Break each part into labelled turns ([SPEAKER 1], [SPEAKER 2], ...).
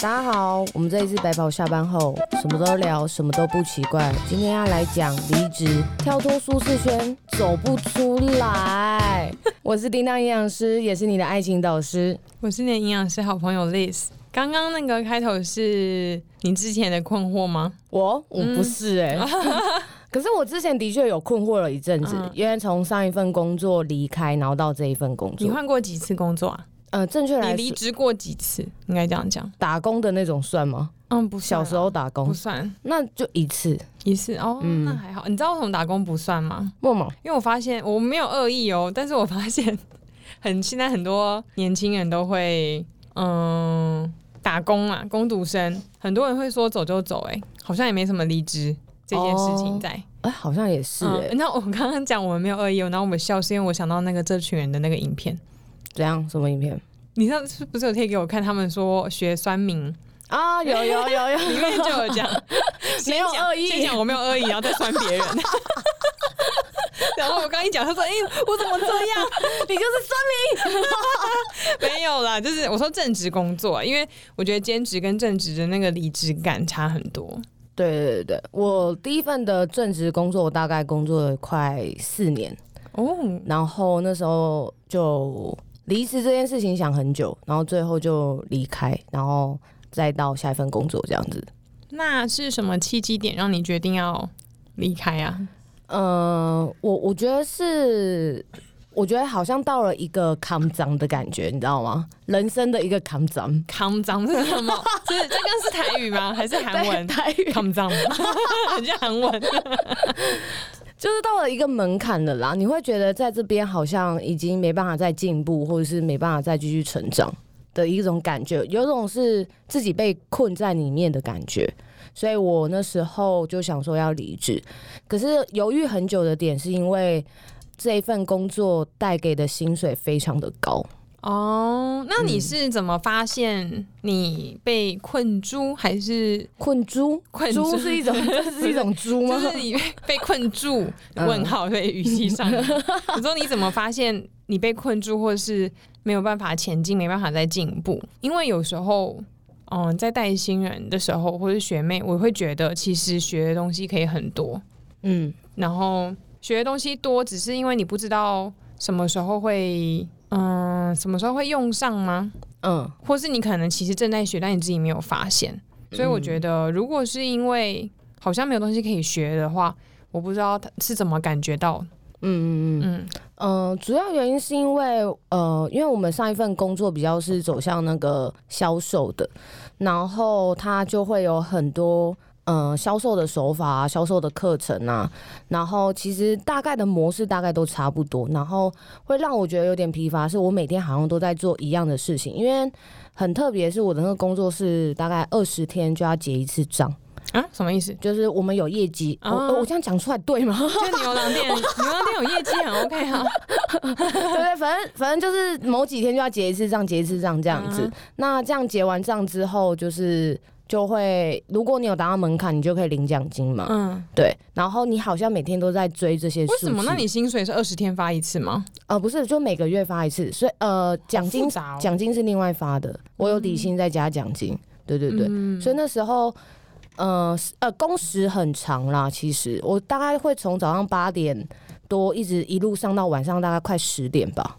[SPEAKER 1] 大家好，我们这一次百宝下班后，什么都聊，什么都不奇怪。今天要来讲离职，跳脱舒适圈，走不出来。我是叮当营养师，也是你的爱情导师。
[SPEAKER 2] 我是你的营养师好朋友 Liz。刚刚那个开头是你之前的困惑吗？
[SPEAKER 1] 我我不是 哎、可是我之前的确有困惑了一阵子
[SPEAKER 2] 嗯，
[SPEAKER 1] 因为从上一份工作离开，然后到这一份工
[SPEAKER 2] 你
[SPEAKER 1] 作，
[SPEAKER 2] 换过几次工作啊？
[SPEAKER 1] 呃，正确
[SPEAKER 2] 你
[SPEAKER 1] 来
[SPEAKER 2] 离
[SPEAKER 1] 说，
[SPEAKER 2] 职过几次？应该这样讲。
[SPEAKER 1] 打工的那种算吗？
[SPEAKER 2] 嗯，不算
[SPEAKER 1] 小
[SPEAKER 2] 啊
[SPEAKER 1] 时候打
[SPEAKER 2] 不
[SPEAKER 1] 工，
[SPEAKER 2] 算
[SPEAKER 1] 那就一次，
[SPEAKER 2] 一次哦，
[SPEAKER 1] 嗯
[SPEAKER 2] 那还好。你知道为什么打工不算吗？
[SPEAKER 1] 默默
[SPEAKER 2] 因为我发现我没有恶意哦，但是我发现 很现在很多年轻人都会嗯打工啊，工读生，很多人会说走就走、欸，哎，好像也没什么离职这件事情
[SPEAKER 1] 哦
[SPEAKER 2] 在。
[SPEAKER 1] 哎、好像也是哎、
[SPEAKER 2] 嗯，那我刚刚讲我们没有恶意哦，然后我们笑是因为我想到那个这群人的那个影片，
[SPEAKER 1] 怎样？什么影片？
[SPEAKER 2] 你上次不是有贴给我看，他们说学酸民，
[SPEAKER 1] 啊，有有有有，
[SPEAKER 2] 里面就有讲，
[SPEAKER 1] 没有
[SPEAKER 2] 先讲
[SPEAKER 1] 恶意
[SPEAKER 2] 先讲我没有恶意，然后再酸别人。 然后我刚一讲，他说：“哎、我怎么这样？
[SPEAKER 1] 你就是酸
[SPEAKER 2] 没有啦，就是我说正职工作，啊因为我觉得兼职跟正职的那个离职感差很多。
[SPEAKER 1] 对对对对，我第一份的正职工作，我大概工作了快四年，
[SPEAKER 2] 哦，
[SPEAKER 1] 然后那时候就离职这件事情想很久，然后最后就离开，然后再到下一份工作这样子。
[SPEAKER 2] 那是什么契机点让你决定要离开啊？
[SPEAKER 1] 嗯，我我觉得是，我觉得好像到了一个康张的感觉，你知道吗？人生的一个康张。
[SPEAKER 2] 康脏是什 么？是这个是台语吗？还是韩文？
[SPEAKER 1] 台 语
[SPEAKER 2] 康脏，很像韩文。
[SPEAKER 1] 就是到了一个门槛了啦，你会觉得在这边好像已经没办法再进步，或者是没办法再继续成长的一种感觉，有种是自己被困在里面的感觉。所以我那时候就想说要离职，可是犹豫很久的点是因为这一份工作带给的薪水非常的高，
[SPEAKER 2] 哦，那你是怎么发现你被困住，还是
[SPEAKER 1] 困 猪，
[SPEAKER 2] 困
[SPEAKER 1] 猪
[SPEAKER 2] 住
[SPEAKER 1] 是一种，这是一种猪
[SPEAKER 2] 就
[SPEAKER 1] 吗？
[SPEAKER 2] 是你被困住？
[SPEAKER 1] 嗯
[SPEAKER 2] 问号对语气上的，我说你怎么发现你被困住，或是没有办法前进，没办法再进步？因为有时候。嗯，在带新人的时候，或是学妹，我会觉得其实学的东西可以很多，
[SPEAKER 1] 嗯，
[SPEAKER 2] 然后学的东西多，只是因为你不知道什么时候会，嗯、什么时候会用上吗？
[SPEAKER 1] 嗯，
[SPEAKER 2] 或是你可能其实正在学，但你自己没有发现。所以我觉得，
[SPEAKER 1] 嗯
[SPEAKER 2] 如果是因为好像没有东西可以学的话，我不知道他是怎么感觉到。
[SPEAKER 1] 嗯嗯嗯
[SPEAKER 2] 嗯
[SPEAKER 1] 嗯，主要原因是因为呃，因为我们上一份工作比较是走向那个销售的，然后它就会有很多。嗯，销售的手法啊，销售的课程啊，然后其实大概的模式大概都差不多，然后会让我觉得有点疲乏，是我每天好像都在做一样的事情，因为很特别，是我的那个工作是大概二十天就要结一次账，？
[SPEAKER 2] 啊，什么意思
[SPEAKER 1] 就是我们有业绩，我、呃
[SPEAKER 2] 哦
[SPEAKER 1] 我我这样讲出来对吗？
[SPEAKER 2] 就牛郎店，牛郎店有业绩很 OK 啊。
[SPEAKER 1] 对对，反正反正就是某几天就要结一次账，结一次账这样子。
[SPEAKER 2] 嗯
[SPEAKER 1] 那这样结完账之后，就是就会，如果你有达到门槛，你就可以领奖金嘛。
[SPEAKER 2] 嗯，
[SPEAKER 1] 对，然后你好像每天都在追这些数
[SPEAKER 2] 为
[SPEAKER 1] 字。
[SPEAKER 2] 什么？那你薪水是二十天发一次吗？
[SPEAKER 1] 呃不是，就每个月发一次，所以呃奖金
[SPEAKER 2] 复杂哦
[SPEAKER 1] 奖金是另外发的，我有底薪再加奖金。对对对，
[SPEAKER 2] 嗯
[SPEAKER 1] 所以那时候。呃是呃，工时很长啦。其实我大概会从早上八点多一直一路上到晚上大概快十点吧。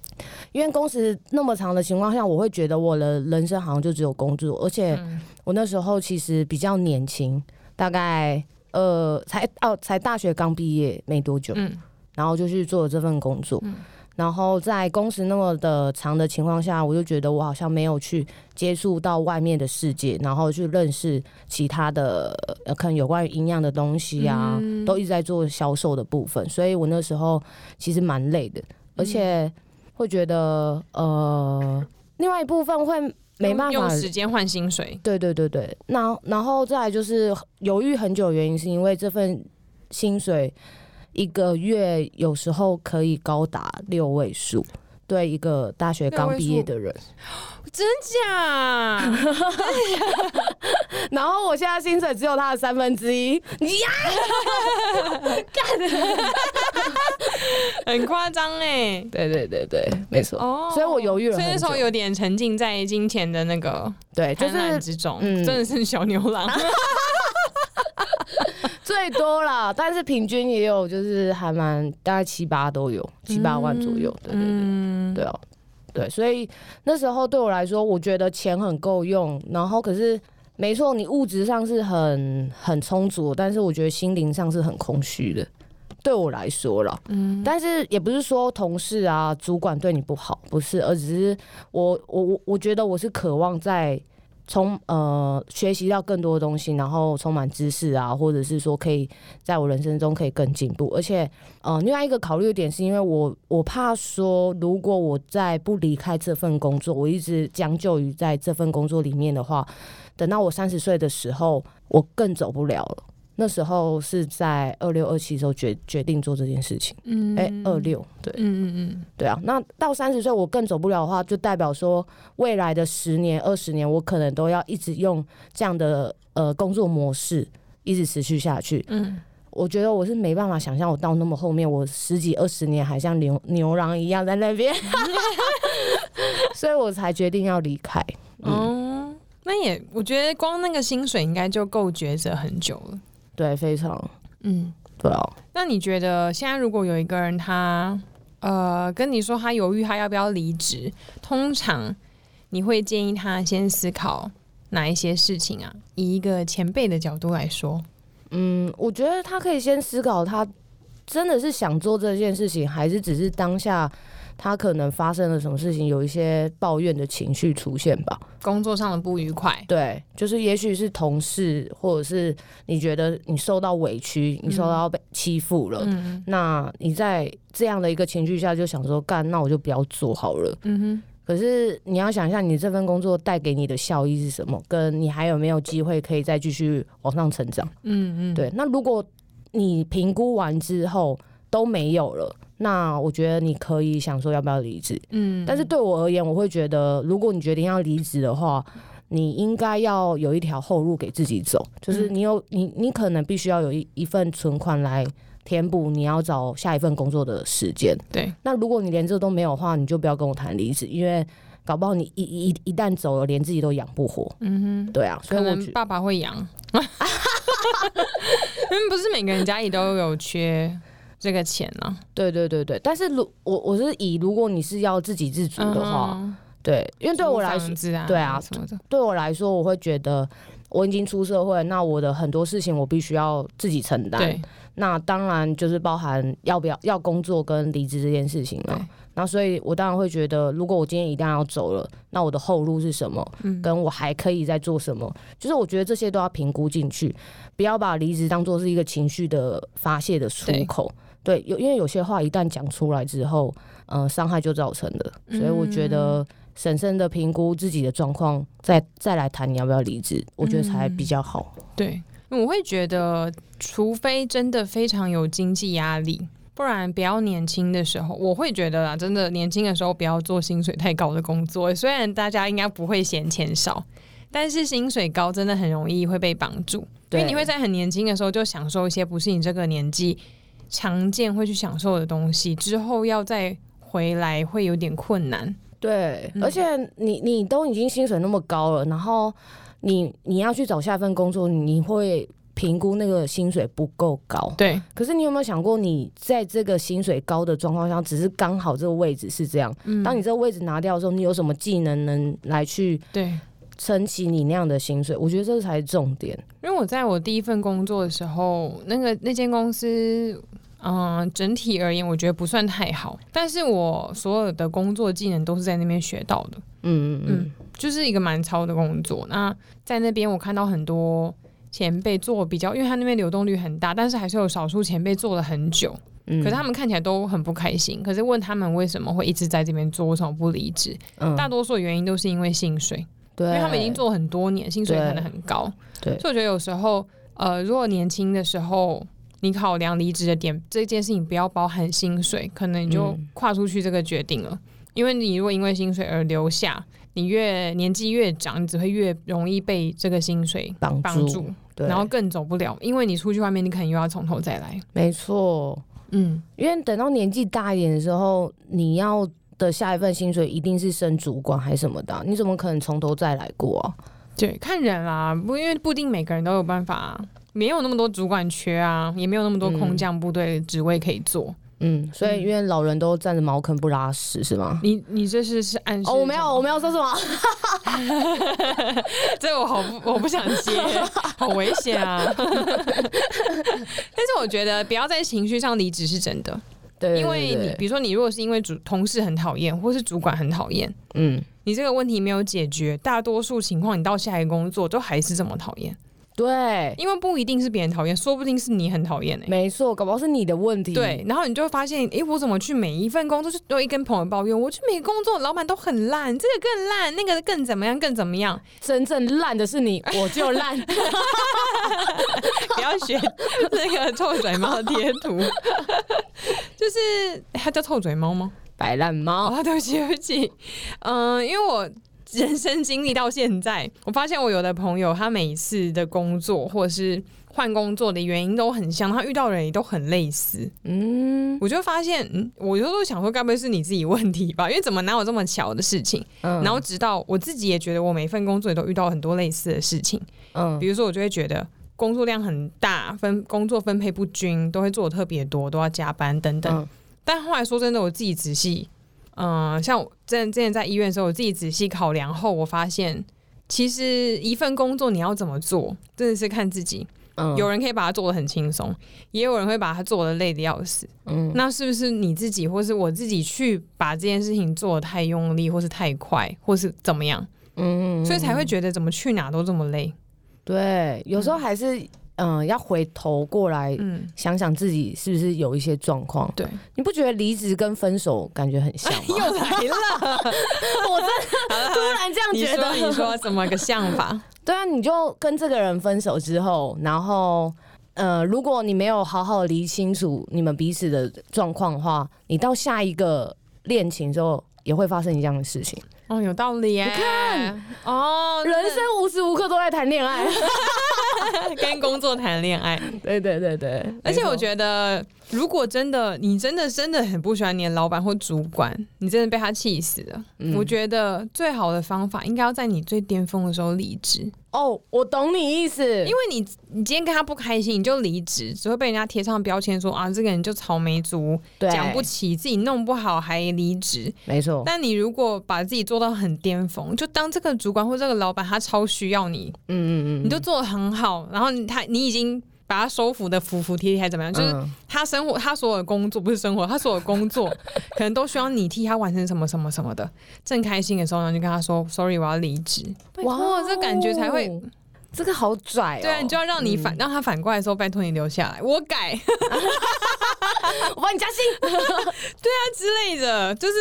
[SPEAKER 1] 因为工时那么长的情况下，我会觉得我的人生好像就只有工作，而且
[SPEAKER 2] 嗯
[SPEAKER 1] 我那时候其实比较年轻，大概呃才哦才大学刚毕业没多久，
[SPEAKER 2] 嗯
[SPEAKER 1] 然后就去做了这份工作。
[SPEAKER 2] 嗯
[SPEAKER 1] 然后在工时那么的长的情况下，我就觉得我好像没有去接触到外面的世界，然后去认识其他的呃，可能有关于营养的东西啊，
[SPEAKER 2] 嗯
[SPEAKER 1] 都一直在做销售的部分，所以我那时候其实蛮累的，而且
[SPEAKER 2] 嗯
[SPEAKER 1] 会觉得呃，另外一部分会没办
[SPEAKER 2] 用
[SPEAKER 1] 法
[SPEAKER 2] 用时间换薪水。
[SPEAKER 1] 对对对对，那然后再来就是犹豫很久，的原因是因为这份薪水一个月有时候可以高达六位数，对一个大学刚毕业的人。
[SPEAKER 2] 真假？
[SPEAKER 1] 然后我现在薪水只有他的三分之一，你呀，
[SPEAKER 2] 很夸张哎。
[SPEAKER 1] 对对对对，没错。
[SPEAKER 2] 哦，
[SPEAKER 1] 所以我犹豫了
[SPEAKER 2] 所以那
[SPEAKER 1] 很
[SPEAKER 2] 时候
[SPEAKER 1] 久
[SPEAKER 2] 有点沉浸在金钱的那个
[SPEAKER 1] 对，就
[SPEAKER 2] 贪婪
[SPEAKER 1] 是
[SPEAKER 2] 之中，
[SPEAKER 1] 嗯啊
[SPEAKER 2] 真的是小牛郎。
[SPEAKER 1] 最多啦，但是平均也有，就是还蛮大概七八都有，七八万左右。对对对，
[SPEAKER 2] 嗯
[SPEAKER 1] 对哦，对，所以那时候对我来说，我觉得钱很够用，然后可是没错，你物质上是很很充足，但是我觉得心灵上是很空虚的。对我来说了，
[SPEAKER 2] 嗯
[SPEAKER 1] 但是也不是说同事啊、主管对你不好，不是，而只是我我我我觉得我是渴望在从呃学习到更多的东西，然后充满知识啊，或者是说可以在我人生中可以更进步。而且呃，另外一个考虑的点是因为我我怕说，如果我在不离开这份工作，我一直将就于在这份工作里面的话，等到我三十岁的时候，我更走不了了。那时候是在二六二七时候决决定做这件事情。
[SPEAKER 2] 嗯
[SPEAKER 1] 哎、二，六，对
[SPEAKER 2] 嗯嗯嗯，
[SPEAKER 1] 对啊。那到三十岁我更走不了的话，就代表说未来的十年、二十年，我可能都要一直用这样的呃工作模式一直持续下去。
[SPEAKER 2] 嗯，
[SPEAKER 1] 我觉得我是没办法想象，我到那么后面，我十几二十年还像牛牛郎一样在那 边， 所以我才决定要离开。
[SPEAKER 2] 哦，那也，我觉得光那个薪水应该就够抉择很久了。
[SPEAKER 1] 对，非常
[SPEAKER 2] 嗯，
[SPEAKER 1] 对啊。
[SPEAKER 2] 那你觉得现在如果有一个人他呃跟你说他犹豫他要不要离职，通常你会建议他先思考哪一些事情啊？以一个前辈的角度来说，
[SPEAKER 1] 嗯，我觉得他可以先思考，他真的是想做这件事情，还是只是当下他可能发生了什么事情，有一些抱怨的情绪出现吧？
[SPEAKER 2] 工作上的不愉快，
[SPEAKER 1] 对，就是也许是同事，或者是你觉得你受到委屈，你受到被欺负了。
[SPEAKER 2] 嗯
[SPEAKER 1] 那你在这样的一个情绪下，就想说干，那我就不要做好了。
[SPEAKER 2] 嗯
[SPEAKER 1] 可是你要想一下，你这份工作带给你的效益是什么，跟你还有没有机会可以再继续往上成长。
[SPEAKER 2] 哼，嗯嗯，，
[SPEAKER 1] 对，那如果你评估完之后都没有了，那我觉得你可以想说要不要离职。
[SPEAKER 2] 嗯，
[SPEAKER 1] 但是对我而言，我会觉得，如果你决定要离职的话，你应该要有一条后路给自己走，就是
[SPEAKER 2] 嗯
[SPEAKER 1] 你有你你可能必须要有一一份存款来。填补你要找下一份工作的时间。
[SPEAKER 2] 对，
[SPEAKER 1] 那如果你连这都没有的话，你就不要跟我谈离职，因为搞不好你一一一旦走了，连自己都养不活。
[SPEAKER 2] 嗯哼，
[SPEAKER 1] 对啊，所以
[SPEAKER 2] 可
[SPEAKER 1] 我
[SPEAKER 2] 能
[SPEAKER 1] 觉
[SPEAKER 2] 爸爸会养， 因为不是每个人家里都有缺这个钱啊。
[SPEAKER 1] 对对对对。但是如我我是以如果你是要自给自足的话，
[SPEAKER 2] 嗯
[SPEAKER 1] 对，因为对我来
[SPEAKER 2] 租
[SPEAKER 1] 说，
[SPEAKER 2] 房子啊，
[SPEAKER 1] 对啊
[SPEAKER 2] 什么的，
[SPEAKER 1] 对我来说，我会觉得我已经出社会，那我的很多事情我必须要自己承担。
[SPEAKER 2] 对，
[SPEAKER 1] 那当然就是包含要不要要工作跟离职这件事情
[SPEAKER 2] 对
[SPEAKER 1] 了。那所以，我当然会觉得，如果我今天一旦要走了，那我的后路是什么？
[SPEAKER 2] 嗯，
[SPEAKER 1] 跟我还可以再做什么？就是我觉得这些都要评估进去，不要把离职当做是一个情绪的发泄的出口。对，有因为有些话一旦讲出来之后，嗯、伤害就造成了，
[SPEAKER 2] 嗯
[SPEAKER 1] 所以我觉得审慎的评估自己的状况，再再来谈你要不要离职，我觉得才比较好。
[SPEAKER 2] 对，嗯我会觉得，除非真的非常有经济压力，不然不要年轻的时候，我会觉得啦，真的年轻的时候不要做薪水太高的工作。虽然大家应该不会嫌钱少，但是薪水高真的很容易会被绑住，因
[SPEAKER 1] 对，
[SPEAKER 2] 为你会在很年轻的时候就享受一些不是你这个年纪常见会去享受的东西，之后要再回来会有点困难。
[SPEAKER 1] 对，
[SPEAKER 2] 嗯
[SPEAKER 1] 而且你你都已经薪水那么高了，然后你你要去找下一份工作，你会评估那个薪水不够高。
[SPEAKER 2] 对，
[SPEAKER 1] 可是你有没有想过，你在这个薪水高的状况下，只是刚好这个位置是这样。
[SPEAKER 2] 嗯
[SPEAKER 1] 当你这个位置拿掉的时候，你有什么技能能来去
[SPEAKER 2] 对。
[SPEAKER 1] 撑起你那样的薪水？我觉得这才是重点。
[SPEAKER 2] 因为我在我第一份工作的时候，那个那间公司，嗯、整体而言我觉得不算太好，但是我所有的工作技能都是在那边学到的，
[SPEAKER 1] 嗯嗯嗯，
[SPEAKER 2] 就是一个蛮超的工作。那在那边我看到很多前辈做比较，因为他那边流动率很大，但是还是有少数前辈做了很久，
[SPEAKER 1] 嗯
[SPEAKER 2] 可是他们看起来都很不开心。可是问他们为什么会一直在这边做，为什么不离职，
[SPEAKER 1] 嗯
[SPEAKER 2] 大多数原因都是因为薪水。
[SPEAKER 1] 对，
[SPEAKER 2] 因为他们已经做很多年，薪水
[SPEAKER 1] 对
[SPEAKER 2] 可能很高，
[SPEAKER 1] 对
[SPEAKER 2] 所以我觉得有时候，呃，如果年轻的时候你考量离职的点这件事情，不要包含薪水，可能你就
[SPEAKER 1] 嗯
[SPEAKER 2] 跨出去这个决定了。因为你如果因为薪水而留下，你越年纪越长，你只会越容易被这个薪水
[SPEAKER 1] 绑
[SPEAKER 2] 绑
[SPEAKER 1] 住，
[SPEAKER 2] 住，
[SPEAKER 1] 对，
[SPEAKER 2] 然后更走不了。因为你出去外面，你可能又要从头再来。
[SPEAKER 1] 没错。
[SPEAKER 2] 嗯，
[SPEAKER 1] 因为等到年纪大一点的时候，你要的下一份薪水一定是升主管还是什么的啊、你怎么可能从头再来过啊？
[SPEAKER 2] 对，看人啦，不因为不一定每个人都有办法、没有那么多主管缺啊，也没有那么多空降部队职位可以做。
[SPEAKER 1] 嗯，所以因为老人都站着茅坑不拉屎是吗？
[SPEAKER 2] 你你这是是暗示？
[SPEAKER 1] 哦，我没有，我没有说什么。
[SPEAKER 2] 这我好不我不想 接，好危险啊！ 但是我觉得不要在情绪上离职是真的，
[SPEAKER 1] 对
[SPEAKER 2] 因为
[SPEAKER 1] 对
[SPEAKER 2] 你
[SPEAKER 1] 对
[SPEAKER 2] 比如说你如果是因为主同事很讨厌，或是主管很讨厌，
[SPEAKER 1] 嗯，
[SPEAKER 2] 你这个问题没有解决，大多数情况你到下一个工作都还是这么讨厌，
[SPEAKER 1] 对，
[SPEAKER 2] 因为不一定是别人讨厌，说不定是你很讨厌欸呢、
[SPEAKER 1] 没错，搞不好是你的问题。
[SPEAKER 2] 对，然后你就会发现，诶，我怎么去每一份工作就都一跟朋友抱怨，我去每个工作老板都很烂，这个更烂，那个更怎么样，更怎么样，
[SPEAKER 1] 真正烂的是你，我就烂。
[SPEAKER 2] 不要学那个臭嘴猫贴图， 就是它叫臭嘴猫吗？
[SPEAKER 1] 白烂猫，
[SPEAKER 2] 哦， 对不起，对不起，嗯、因为我。人生经历到现在，我发现我有的朋友，他每一次的工作或者是换工作的原因都很像，他遇到的人也都很类似。
[SPEAKER 1] 嗯
[SPEAKER 2] 我就发现，嗯，我就想说，该不会是你自己问题吧？ 因为怎么哪有这么巧的事情？
[SPEAKER 1] 嗯
[SPEAKER 2] 然后直到我自己也觉得，我每一份工作也都遇到很多类似的事情，
[SPEAKER 1] 嗯
[SPEAKER 2] 比如说我就会觉得工作量很大，分工作分配不均，都会做的特别多，都要加班等等。
[SPEAKER 1] 嗯
[SPEAKER 2] 但后来说真的，我自己仔细，嗯、像我之前之前在医院的时候，我自己仔细考量后，我发现其实一份工作你要怎么做，真的是看自己。
[SPEAKER 1] 嗯
[SPEAKER 2] 有人可以把它做的很轻松，也有人会把它做的累的要死。
[SPEAKER 1] 嗯
[SPEAKER 2] 那是不是你自己或是我自己去把这件事情做的太用力，或是太快，或是怎么样，
[SPEAKER 1] 嗯，
[SPEAKER 2] 所以才会觉得怎么去哪都这么累？
[SPEAKER 1] 对，有时候还是嗯、要回头过来
[SPEAKER 2] 嗯，
[SPEAKER 1] 想想自己是不是有一些状况。
[SPEAKER 2] 对，
[SPEAKER 1] 你不觉得离职跟分手感觉很像
[SPEAKER 2] 又
[SPEAKER 1] 吗？
[SPEAKER 2] 来了，
[SPEAKER 1] 我真的突然这样
[SPEAKER 2] 你
[SPEAKER 1] 觉
[SPEAKER 2] 说你
[SPEAKER 1] 得。
[SPEAKER 2] 说怎么个想法？
[SPEAKER 1] 对啊，你就跟这个人分手之后，然后。呃，如果你没有好好理清楚你们彼此的状况的话，你到下一个恋情之后也会发生一样的事情。
[SPEAKER 2] 哦，有道理耶！你看，哦，
[SPEAKER 1] 人生无时无刻都在谈恋爱。
[SPEAKER 2] 生 跟工作谈恋 爱，
[SPEAKER 1] 对对对对，
[SPEAKER 2] 而且我觉得，如果真的你真的真的很不喜欢你的老板或主管，你真的被他气死了，
[SPEAKER 1] 嗯
[SPEAKER 2] 我觉得最好的方法应该要在你最巅峰的时候离职。
[SPEAKER 1] 得哦，我懂你意思，因
[SPEAKER 2] 因为你你今天跟他不开心，你就离职，只会被人家贴上标签说啊，这个人就草莓族，
[SPEAKER 1] 对
[SPEAKER 2] 讲不起，自己弄不好还离职。
[SPEAKER 1] 没错，
[SPEAKER 2] 但你如果把自己做到很巅峰，就当这个主管或这个老板他超需要你，
[SPEAKER 1] 嗯嗯嗯，
[SPEAKER 2] 你就做的很好，然后你他你已经。把他收服的服服帖帖还怎么样？就是
[SPEAKER 1] 嗯
[SPEAKER 2] 他生活，他所有的工作不是生活， 他所有的工 作可能都需要你替他完成什么什么什么的。正开心的时候，然后就跟他说：“Sorry，我要离职。”
[SPEAKER 1] 哇
[SPEAKER 2] 哇，
[SPEAKER 1] 哦
[SPEAKER 2] 这感觉才会
[SPEAKER 1] 这个好拽哦，
[SPEAKER 2] 对啊，你就要让你反、让他反过来说，拜托你留下来，我改
[SPEAKER 1] 我帮你加薪，
[SPEAKER 2] 之类的，
[SPEAKER 1] 嗯
[SPEAKER 2] 就是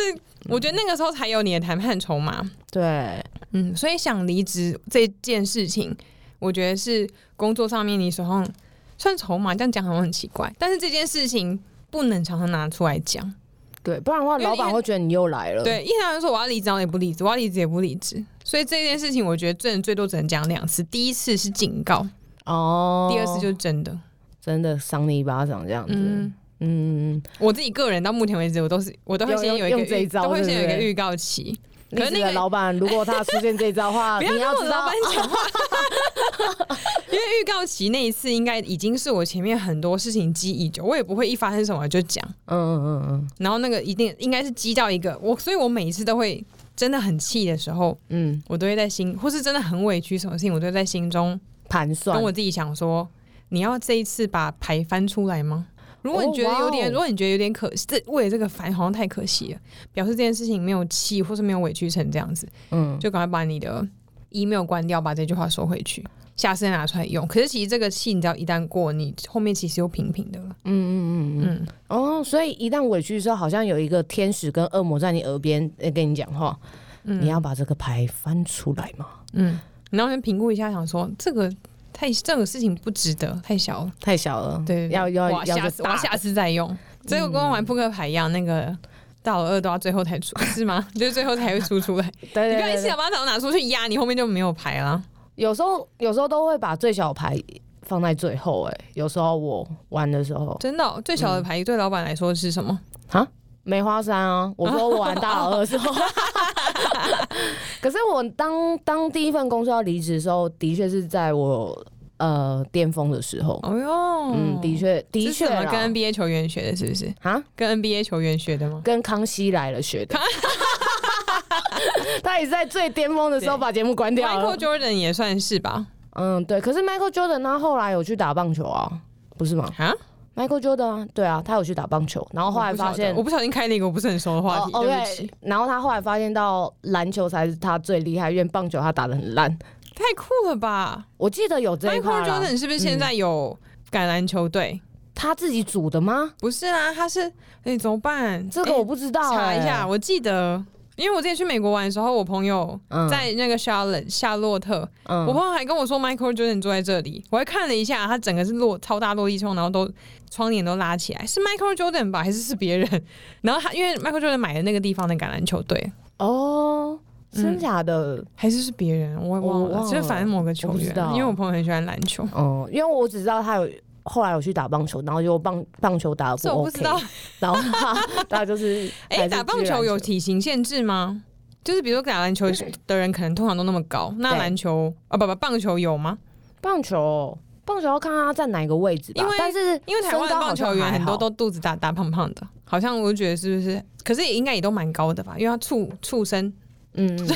[SPEAKER 2] 我觉得那个时候才有你的谈判筹码。
[SPEAKER 1] 对，
[SPEAKER 2] 嗯，所以想离职这件事情，我觉得是工作上面你手上算筹码，这样讲好像很奇怪，但是这件事情不能常常拿出来讲。
[SPEAKER 1] 对，不然的话，
[SPEAKER 2] 因为
[SPEAKER 1] 老板会觉得你又来了。，
[SPEAKER 2] 对，一常就说我要离职，然后也不离职，我要离职也不离职。所以这件事情，我觉得最最多只能讲两次，第一次是警告，
[SPEAKER 1] 哦，
[SPEAKER 2] 第二次就是真的。
[SPEAKER 1] 真的赏你一巴掌这样子。
[SPEAKER 2] 嗯
[SPEAKER 1] 嗯嗯，嗯
[SPEAKER 2] 我自己个人到目前为止，我都是我都会
[SPEAKER 1] 有
[SPEAKER 2] 先有一个
[SPEAKER 1] 用这一
[SPEAKER 2] 预
[SPEAKER 1] 招
[SPEAKER 2] 都会
[SPEAKER 1] 对不
[SPEAKER 2] 先有一个
[SPEAKER 1] 对
[SPEAKER 2] 预告期。可
[SPEAKER 1] 离
[SPEAKER 2] 是
[SPEAKER 1] 职的
[SPEAKER 2] 那个
[SPEAKER 1] 老板，如果他出现这一招的话，
[SPEAKER 2] 啊 不要
[SPEAKER 1] 你
[SPEAKER 2] 跟
[SPEAKER 1] 要
[SPEAKER 2] 我
[SPEAKER 1] 知
[SPEAKER 2] 老
[SPEAKER 1] 道
[SPEAKER 2] 板，讲话， 因为预告期那一次应该已经是我前面很多事情积已久，我也不会一发生什么就讲，
[SPEAKER 1] 嗯嗯嗯
[SPEAKER 2] 然后那个一定应该是积到一个我，所以我每一次都会真的很气的时候，
[SPEAKER 1] 嗯，嗯，
[SPEAKER 2] 我都会在心，或是真的很委屈什么事情，我都会在心中
[SPEAKER 1] 盘算
[SPEAKER 2] 跟。我自己想说，你要这一次把牌翻出来吗？如果你觉
[SPEAKER 1] 哦
[SPEAKER 2] 得
[SPEAKER 1] 哇哦
[SPEAKER 2] 有点，如果你觉得有点可惜，这为了这个烦好像太可惜了，表示这件事情没有气，或是没有委屈成这样子，
[SPEAKER 1] 嗯，
[SPEAKER 2] 就赶快把你的 email 关掉，把这句话收回去，下次再拿出来用。可是其实这个气，你知道，一旦过，你后面其实又平平的了。嗯嗯嗯嗯，
[SPEAKER 1] 哦，所以一旦委屈的时候，好像有一个天使跟恶魔在你耳边呃跟你讲话，
[SPEAKER 2] 嗯
[SPEAKER 1] 你要把这个牌翻出来嘛？
[SPEAKER 2] 然后先评估一下，想说这个太这个事情不值得，太小了。
[SPEAKER 1] 太小了，
[SPEAKER 2] 对，
[SPEAKER 1] 要要
[SPEAKER 2] 哇
[SPEAKER 1] 要
[SPEAKER 2] 下
[SPEAKER 1] 个
[SPEAKER 2] 次我要
[SPEAKER 1] 大
[SPEAKER 2] 下次再用。这个跟玩扑克牌一样，那个大老二都要最后才出，是 吗？就是最后才会出 出来。
[SPEAKER 1] 对对
[SPEAKER 2] 你
[SPEAKER 1] 对
[SPEAKER 2] 不要一
[SPEAKER 1] 对
[SPEAKER 2] 次把它拿出去压，你后面就没有牌了。
[SPEAKER 1] 有时候有时候都会把最小牌放在最后、欸。哎，有时候我玩的时候，
[SPEAKER 2] 真的哦、最小的牌对老板来说是什么？
[SPEAKER 1] 梅花山啊，我说我玩大老二的时候。可是我当当第一份工作要离职的时候，的确是在我呃巅峰的时候。
[SPEAKER 2] 哦哟，
[SPEAKER 1] 嗯，的确，的
[SPEAKER 2] 是
[SPEAKER 1] 确
[SPEAKER 2] 什么
[SPEAKER 1] 啦
[SPEAKER 2] 跟 NBA 球员学的，是不是？
[SPEAKER 1] 啊，
[SPEAKER 2] 跟 NBA 球员学的吗？
[SPEAKER 1] 跟康熙来了学的。 他也是在最巅峰的时候
[SPEAKER 2] 对
[SPEAKER 1] 把节目关掉
[SPEAKER 2] Michael
[SPEAKER 1] 了。
[SPEAKER 2] Jordan 也算是吧？
[SPEAKER 1] 嗯，对。可是 Michael Jordan 他后来有去打棒球啊，不是吗
[SPEAKER 2] 啊，
[SPEAKER 1] ？Michael Jordan 啊，对啊，他有去打棒球，然后后来
[SPEAKER 2] 我不晓
[SPEAKER 1] 发
[SPEAKER 2] 得
[SPEAKER 1] 现
[SPEAKER 2] 我不小心开了一个我不是很熟的话题，
[SPEAKER 1] 哦
[SPEAKER 2] 对不起，
[SPEAKER 1] 然后他后来发现到篮球才是他最厉害，因为棒球他打的很烂。
[SPEAKER 2] 哎太酷了吧
[SPEAKER 1] 我记得有这一块
[SPEAKER 2] ！Michael
[SPEAKER 1] 啦
[SPEAKER 2] Jordan 是不是现在有橄榄球队？
[SPEAKER 1] 他自己组的吗？
[SPEAKER 2] 不是啊，他是哎、怎么办？
[SPEAKER 1] 这个
[SPEAKER 2] 哎
[SPEAKER 1] 我不知道、欸
[SPEAKER 2] 查一下，，我记得。因为我之前去美国玩的时候，我朋友
[SPEAKER 1] 嗯
[SPEAKER 2] 在那个 Charlotte 夏洛特，
[SPEAKER 1] 嗯
[SPEAKER 2] 我朋友还跟我说 Michael Jordan 坐在这里，我还看了一下，他整个是落超大落地窗，然后都窗帘都拉起来，是 Michael Jordan 吧，还是是别人？然后他因为 Michael Jordan 买的那个地方的橄榄球队，
[SPEAKER 1] 哦，真
[SPEAKER 2] 嗯
[SPEAKER 1] 假的？
[SPEAKER 2] 还是是别人，我也忘
[SPEAKER 1] 我
[SPEAKER 2] 了，
[SPEAKER 1] 忘了
[SPEAKER 2] 就是反正某个球
[SPEAKER 1] 我不
[SPEAKER 2] 员
[SPEAKER 1] 知道，
[SPEAKER 2] 因为我朋友很喜欢篮球，
[SPEAKER 1] 哦、因为我只知道他有后来有去打棒球，然后就棒棒球打的不
[SPEAKER 2] 这我不
[SPEAKER 1] OK，
[SPEAKER 2] 知道。
[SPEAKER 1] 然后他他就是
[SPEAKER 2] 哎、
[SPEAKER 1] 还是
[SPEAKER 2] 打棒
[SPEAKER 1] 居然
[SPEAKER 2] 球有体型限制吗？就是比如说打篮球的人可能通常都那么高，那
[SPEAKER 1] 对
[SPEAKER 2] 篮球啊不不棒球有吗？
[SPEAKER 1] 棒球。棒球要看他站哪一个位置吧，
[SPEAKER 2] 因为
[SPEAKER 1] 但是
[SPEAKER 2] 因为台湾
[SPEAKER 1] 身高
[SPEAKER 2] 的
[SPEAKER 1] 好
[SPEAKER 2] 棒
[SPEAKER 1] 像
[SPEAKER 2] 球员
[SPEAKER 1] 还
[SPEAKER 2] 很
[SPEAKER 1] 好
[SPEAKER 2] 多都肚子大大胖胖的，好像我就觉得是不是？可是也应该也都蛮高的吧，因为他畜畜生
[SPEAKER 1] 嗯，
[SPEAKER 2] 畜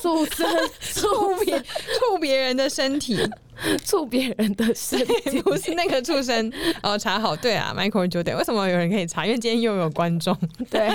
[SPEAKER 1] 触 身触
[SPEAKER 2] 畜 别畜别人的身体，
[SPEAKER 1] 触别人的身体，
[SPEAKER 2] 不是那个畜生。哦，查好对啊，Michael Jordan，为什么有人可以查？因为今天又有观众，
[SPEAKER 1] 对，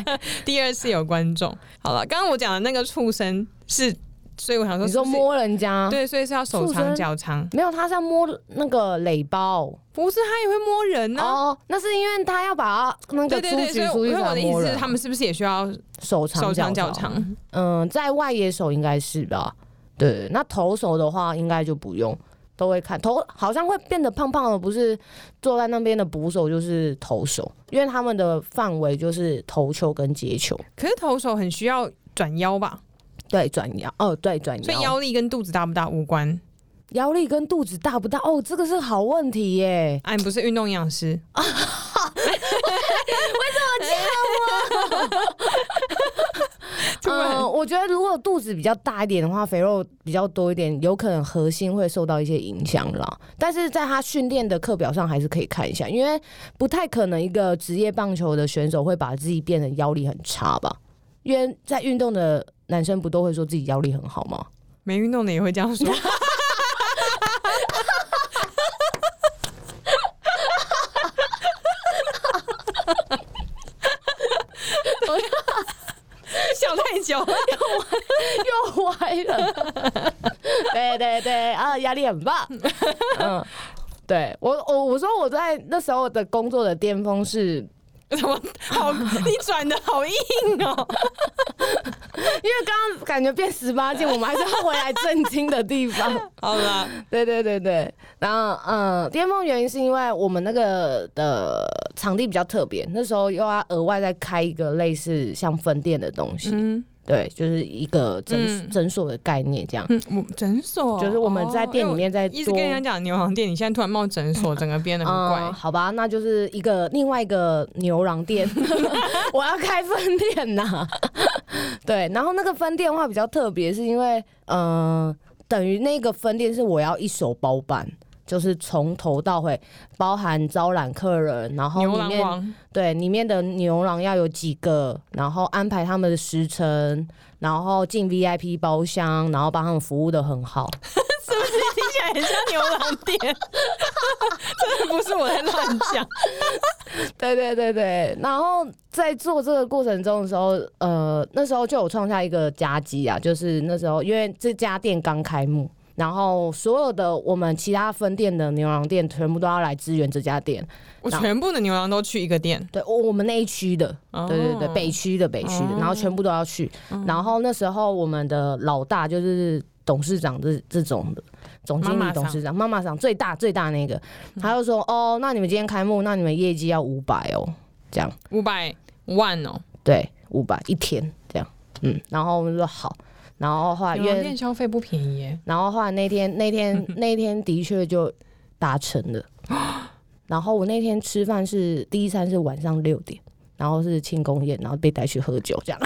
[SPEAKER 2] 第二次有观众。好了，刚刚我讲的那个畜生是，所以我想说
[SPEAKER 1] 你
[SPEAKER 2] 是
[SPEAKER 1] 说
[SPEAKER 2] 不是，
[SPEAKER 1] 摸人家，
[SPEAKER 2] 对，所以是要手
[SPEAKER 1] 畜
[SPEAKER 2] 长
[SPEAKER 1] 生
[SPEAKER 2] 脚长，
[SPEAKER 1] 没有，他是要摸那个垒包
[SPEAKER 2] 不是他也会摸人呢、
[SPEAKER 1] 哦，那是因为他要把那个
[SPEAKER 2] 对对
[SPEAKER 1] 出
[SPEAKER 2] 对，所
[SPEAKER 1] 局
[SPEAKER 2] 以
[SPEAKER 1] 出
[SPEAKER 2] 我
[SPEAKER 1] 去
[SPEAKER 2] 因为
[SPEAKER 1] 才
[SPEAKER 2] 我的意
[SPEAKER 1] 摸
[SPEAKER 2] 思是，
[SPEAKER 1] 人
[SPEAKER 2] 他们是不是也需要
[SPEAKER 1] 手长
[SPEAKER 2] 手长
[SPEAKER 1] 脚
[SPEAKER 2] 脚，长？
[SPEAKER 1] 嗯，在外野手应该是吧？对，那投手的话应该就不用，都会看投，好像会变得胖胖的，不是坐在那边的捕手就是投手，因为他们的范围就是投球跟接球，
[SPEAKER 2] 可是投手很需要转腰吧，
[SPEAKER 1] 对，转腰，哦，对，转
[SPEAKER 2] 所以
[SPEAKER 1] 腰
[SPEAKER 2] 腰力跟肚子大不大无关。
[SPEAKER 1] 腰力跟肚子大不大？哦，这个是好问题耶，
[SPEAKER 2] 哎、你不是运动营养师，
[SPEAKER 1] 啊
[SPEAKER 2] 突然
[SPEAKER 1] 嗯，我觉得如果肚子比较大一点的话，肥肉比较多一点，有可能核心会受到一些影响啦。但是在他训练的课表上还是可以看一下，因为不太可能一个职业棒球的选手会把自己变得腰力很差吧？因为在运动的男生不都会说自己腰力很好吗？
[SPEAKER 2] 没运动的也会这样说。笑太久了，
[SPEAKER 1] 又歪了， 对对对啊，压力很 棒。嗯，对我我我说我在那时候的工作的巅峰是
[SPEAKER 2] 怎么好？你转的好硬哦！
[SPEAKER 1] 因为刚刚感觉变十八禁，我们还是要回来震惊的地 方。
[SPEAKER 2] 好了，
[SPEAKER 1] 对对对对，然后嗯，巅峰原因是因为我们那个的场地比较特别，那时候又要额外再开一个类似像分店的东西，
[SPEAKER 2] 嗯
[SPEAKER 1] 对，就是一个诊
[SPEAKER 2] 嗯
[SPEAKER 1] 诊所的概念这样。
[SPEAKER 2] 嗯，我诊所
[SPEAKER 1] 就是我们在店里面再
[SPEAKER 2] 哦因为我一直
[SPEAKER 1] 多
[SPEAKER 2] 跟人家讲牛郎店，你现在突然冒诊所，整个变得很怪
[SPEAKER 1] 嗯，。好吧，那就是一个另外一个牛郎 店， 我要开分店呐、对，然后那个分店的话比较特别，是因为呃，等于那个分店是我要一手包办。就是从头到尾，包含招揽客人，然后
[SPEAKER 2] 牛
[SPEAKER 1] 里
[SPEAKER 2] 郎
[SPEAKER 1] 面
[SPEAKER 2] 王，
[SPEAKER 1] 对里面的牛郎要有几个，然后安排他们的时辰，然后进 VIP 包厢，然后帮他们服务的很好。
[SPEAKER 2] 是不是听起来很像牛郎店？ 真的不是我在乱讲。
[SPEAKER 1] 对对对对，然后在做这个过程中的时候，呃，那时候就有创下一个佳绩啊，就是那时候因为这家店刚开幕，然后所有的我们其他分店的牛郎店全部都要来支援这家店，
[SPEAKER 2] 我全部的牛郎都去一个店。
[SPEAKER 1] 对我我们那一区的，
[SPEAKER 2] 哦
[SPEAKER 1] 对对对，北区的北区的，然后全部都要去，然后那时候我们的老大就是董事长这这种的。总经
[SPEAKER 2] 妈妈
[SPEAKER 1] 理、
[SPEAKER 2] 桑
[SPEAKER 1] 董事长、妈妈长最大最大那个，他就说：“哦，那你们今天开幕，那你们业绩要五百哦，这样。”
[SPEAKER 2] 五百万哦，
[SPEAKER 1] 对，五百一天这样，嗯，然后我们就说好，然后后来
[SPEAKER 2] 牛
[SPEAKER 1] 因
[SPEAKER 2] 郎
[SPEAKER 1] 为，
[SPEAKER 2] 店消费不便宜耶。
[SPEAKER 1] 然后后来那天那天那天的确就达成 了。然后我那天吃饭是第一餐是晚上六点，然后是庆功宴，然后被带去喝酒这样。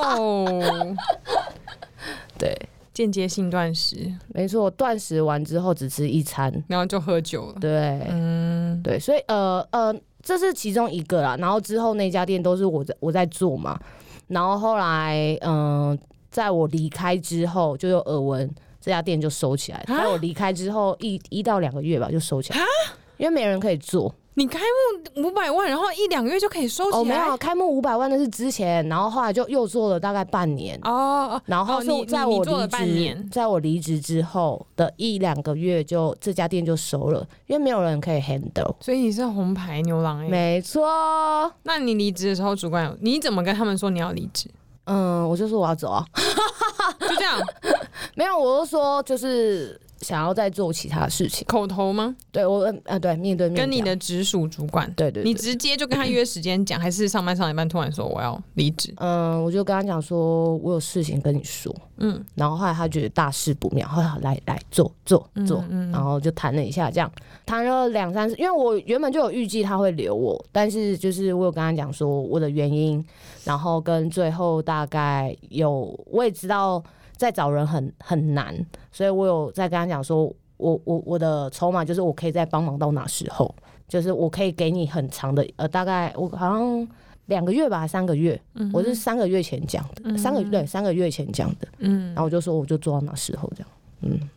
[SPEAKER 2] 哇哦，
[SPEAKER 1] 对，
[SPEAKER 2] 间接性断食，
[SPEAKER 1] 没错，断食完之后只吃一餐，
[SPEAKER 2] 然后就喝酒了。
[SPEAKER 1] 对，
[SPEAKER 2] 嗯，
[SPEAKER 1] 对，所以呃呃，这是其中一个啦。然后之后那家店都是我在我在做嘛。然后后来嗯、呃在我离开之后，就有耳闻这家店就收起来。
[SPEAKER 2] 啊
[SPEAKER 1] 在我离开之后一一到两个月吧，就收起来，因为没人可以做。
[SPEAKER 2] 你开幕五百万，然后一两个月就可以收
[SPEAKER 1] 哦，
[SPEAKER 2] 起
[SPEAKER 1] 没
[SPEAKER 2] 来。
[SPEAKER 1] 有，开幕五百万那是之前，然后后来就又做了大概半年。
[SPEAKER 2] 哦哦，
[SPEAKER 1] 然后
[SPEAKER 2] 哦
[SPEAKER 1] 是
[SPEAKER 2] 你
[SPEAKER 1] 在
[SPEAKER 2] 你
[SPEAKER 1] 我
[SPEAKER 2] 你做了
[SPEAKER 1] 离
[SPEAKER 2] 半
[SPEAKER 1] 职
[SPEAKER 2] 年，
[SPEAKER 1] 在我离职之后的一两个月就，这家店就收了，因为没有人可以 handle。
[SPEAKER 2] 所以你是红牌牛郎哎、
[SPEAKER 1] 没错，
[SPEAKER 2] 那你离职的时候，主管有你怎么跟他们说你要离职？
[SPEAKER 1] 嗯，我就说我要走啊，
[SPEAKER 2] 就这样
[SPEAKER 1] 没有，我是说就是想要再做其他事情。
[SPEAKER 2] 口头吗？
[SPEAKER 1] 对我呃啊，对，面对面
[SPEAKER 2] 跟你
[SPEAKER 1] 讲
[SPEAKER 2] 的直属主管，
[SPEAKER 1] 对对
[SPEAKER 2] 你
[SPEAKER 1] 对
[SPEAKER 2] 直接就跟他约时间讲，还是上班上一半突然说我要离职？
[SPEAKER 1] 嗯，我就跟他讲说，我有事情跟你说，
[SPEAKER 2] 嗯，
[SPEAKER 1] 然后后来他觉得大事不妙，后来好来来坐坐坐，
[SPEAKER 2] 嗯
[SPEAKER 1] 然后就谈了一下，这样谈了两三次，因为我原本就有预计他会留我，但是就是我有跟他讲说我的原因，然后跟最后大概有我也知道再找人很很难，所以我有在跟他讲说我我我的筹码就是我可以再帮忙到哪时候，就是我可以给你很长的呃大概我好像两个月吧，还是三个月，
[SPEAKER 2] 嗯
[SPEAKER 1] 我是三个月前讲的，三个对三个月前讲的，
[SPEAKER 2] 嗯
[SPEAKER 1] 然，后我就说我就做到哪时候这样，嗯，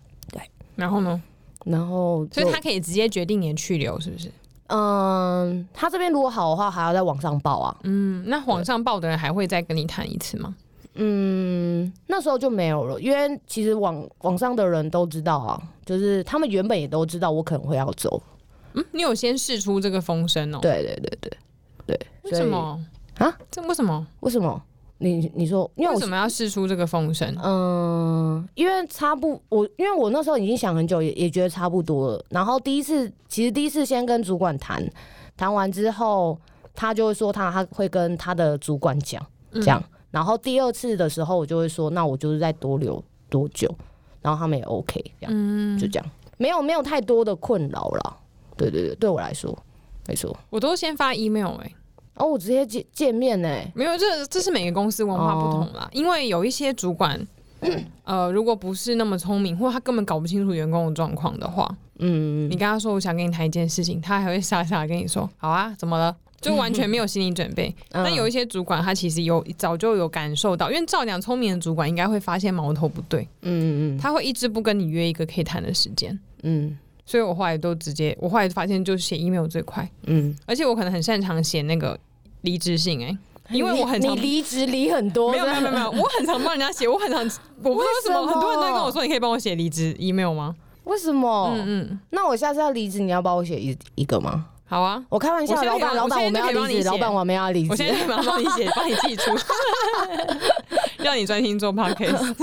[SPEAKER 2] 然后呢？
[SPEAKER 1] 然后
[SPEAKER 2] 所
[SPEAKER 1] 就
[SPEAKER 2] 以他可以直接决定你的去留，是不是？
[SPEAKER 1] 嗯，他这边如果好的话，还要再往上报啊。
[SPEAKER 2] 嗯，那网上报的人还会再跟你谈一次吗？
[SPEAKER 1] 嗯，那时候就没有了，因为其实网网上的人都知道啊，就是他们原本也都知道我可能会要走。
[SPEAKER 2] 嗯，你有先试出这个风声哦、
[SPEAKER 1] 对对对对对，
[SPEAKER 2] 为什？么
[SPEAKER 1] 啊？
[SPEAKER 2] 这为什么？
[SPEAKER 1] 为什么？你你说，因为
[SPEAKER 2] 为
[SPEAKER 1] 我
[SPEAKER 2] 什么要试出这个风声？
[SPEAKER 1] 嗯，因为差不我，因为我那时候已经想很久，也也觉得差不多了。然后第一次，其实第一次先跟主管谈，谈完之后，他就会说他他会跟他的主管讲
[SPEAKER 2] 嗯
[SPEAKER 1] 这样。然后第二次的时候，我就会说，那我就是再多留多久，然后他们也 OK 这样，
[SPEAKER 2] 嗯
[SPEAKER 1] 就，这样，没有没有太多的困扰了。对对对，对我来说，没错。
[SPEAKER 2] 我都先发 email 哎、
[SPEAKER 1] 哦，我直接见见面呢、
[SPEAKER 2] 没有，这这是每个公司文化不同啦。因为有一些主管，呃，如果不是那么聪明，或他根本搞不清楚员工的状况的话，
[SPEAKER 1] 嗯
[SPEAKER 2] 你，跟他说我想跟你谈一件事情，他还会傻傻地跟你说好啊，怎么了？就完全没有心理准备。但有一些主管，他其实有早就有感受到，因为照讲聪明的主管应该会发现矛头不对，
[SPEAKER 1] 嗯嗯
[SPEAKER 2] 他会一直不跟你约一个可以谈的时间。
[SPEAKER 1] 嗯
[SPEAKER 2] 所以我后来都直接，我后来发现就写 email 最快，
[SPEAKER 1] 嗯
[SPEAKER 2] 而且我可能很擅长写那个离职信哎、
[SPEAKER 1] 嗯，
[SPEAKER 2] 因为我很
[SPEAKER 1] 你
[SPEAKER 2] 常
[SPEAKER 1] 你离职离很多，
[SPEAKER 2] 没有没有没有没有，我很常帮人家写，我很常，我不知道为什么
[SPEAKER 1] 为什么
[SPEAKER 2] 很多人都会跟我说，你可以帮我写离职 email 吗？
[SPEAKER 1] 为什么？
[SPEAKER 2] 嗯嗯，
[SPEAKER 1] 那我下次要离职，你要帮我写一一个吗？
[SPEAKER 2] 好啊，
[SPEAKER 1] 我开玩笑，
[SPEAKER 2] 我现在
[SPEAKER 1] 老
[SPEAKER 2] 可以
[SPEAKER 1] 板，老板，我
[SPEAKER 2] 我现
[SPEAKER 1] 们
[SPEAKER 2] 在可以
[SPEAKER 1] 要
[SPEAKER 2] 帮
[SPEAKER 1] 离
[SPEAKER 2] 你
[SPEAKER 1] 职，
[SPEAKER 2] 写
[SPEAKER 1] 老板，我们要离
[SPEAKER 2] 我现
[SPEAKER 1] 职。
[SPEAKER 2] 在立马帮你写，帮你寄 出，让你专心做 podcast。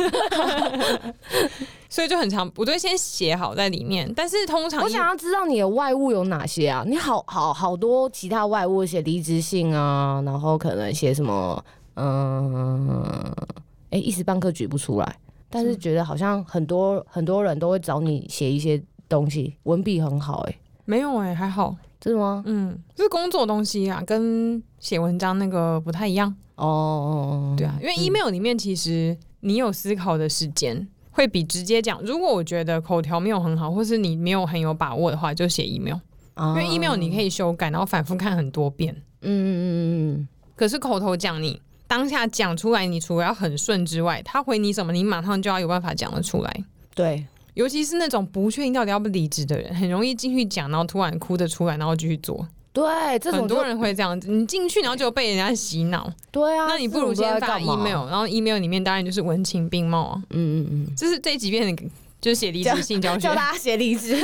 [SPEAKER 2] 所以就很长，我都会先写好在里面。但是通常
[SPEAKER 1] 我想要知道你的外务有哪些啊？你好好好多其他外务，写离职信啊，然后可能写什么，嗯，哎、一时半刻举不出来，但是觉得好像很多很多人都会找你写一些东西，文笔很好、哎，
[SPEAKER 2] 没有哎、还好，
[SPEAKER 1] 真的吗？
[SPEAKER 2] 嗯，就是工作东西啊，跟写文章那个不太一样，
[SPEAKER 1] 哦，
[SPEAKER 2] 对啊，因为 email 里面其实你有思考的时间。会比直接讲，如果我觉得口条没有很好，或是你没有很有把握的话，就写 email，
[SPEAKER 1] 啊
[SPEAKER 2] 因为 email 你可以修改，然后反复看很多遍。
[SPEAKER 1] 嗯嗯嗯
[SPEAKER 2] 可是口头讲你当下讲出来，你除了要很顺之外，他回你什么，你马上就要有办法讲得出来。
[SPEAKER 1] 嗯，对，
[SPEAKER 2] 尤其是那种不确定到底要不离职的人，很容易进去讲，然后突然哭得出来，然后继续做。
[SPEAKER 1] 对，这
[SPEAKER 2] 很
[SPEAKER 1] 种就
[SPEAKER 2] 多人会这样子，你进去然后就被人家 洗脑，
[SPEAKER 1] 对啊，
[SPEAKER 2] 那你不如
[SPEAKER 1] 这种
[SPEAKER 2] 先
[SPEAKER 1] 知道在
[SPEAKER 2] 发
[SPEAKER 1] 干嘛
[SPEAKER 2] email，然后 email 里面当然就是文情并茂啊，
[SPEAKER 1] 嗯嗯嗯。
[SPEAKER 2] 这是这几遍就是写离职信教 学
[SPEAKER 1] 叫，大家写离职。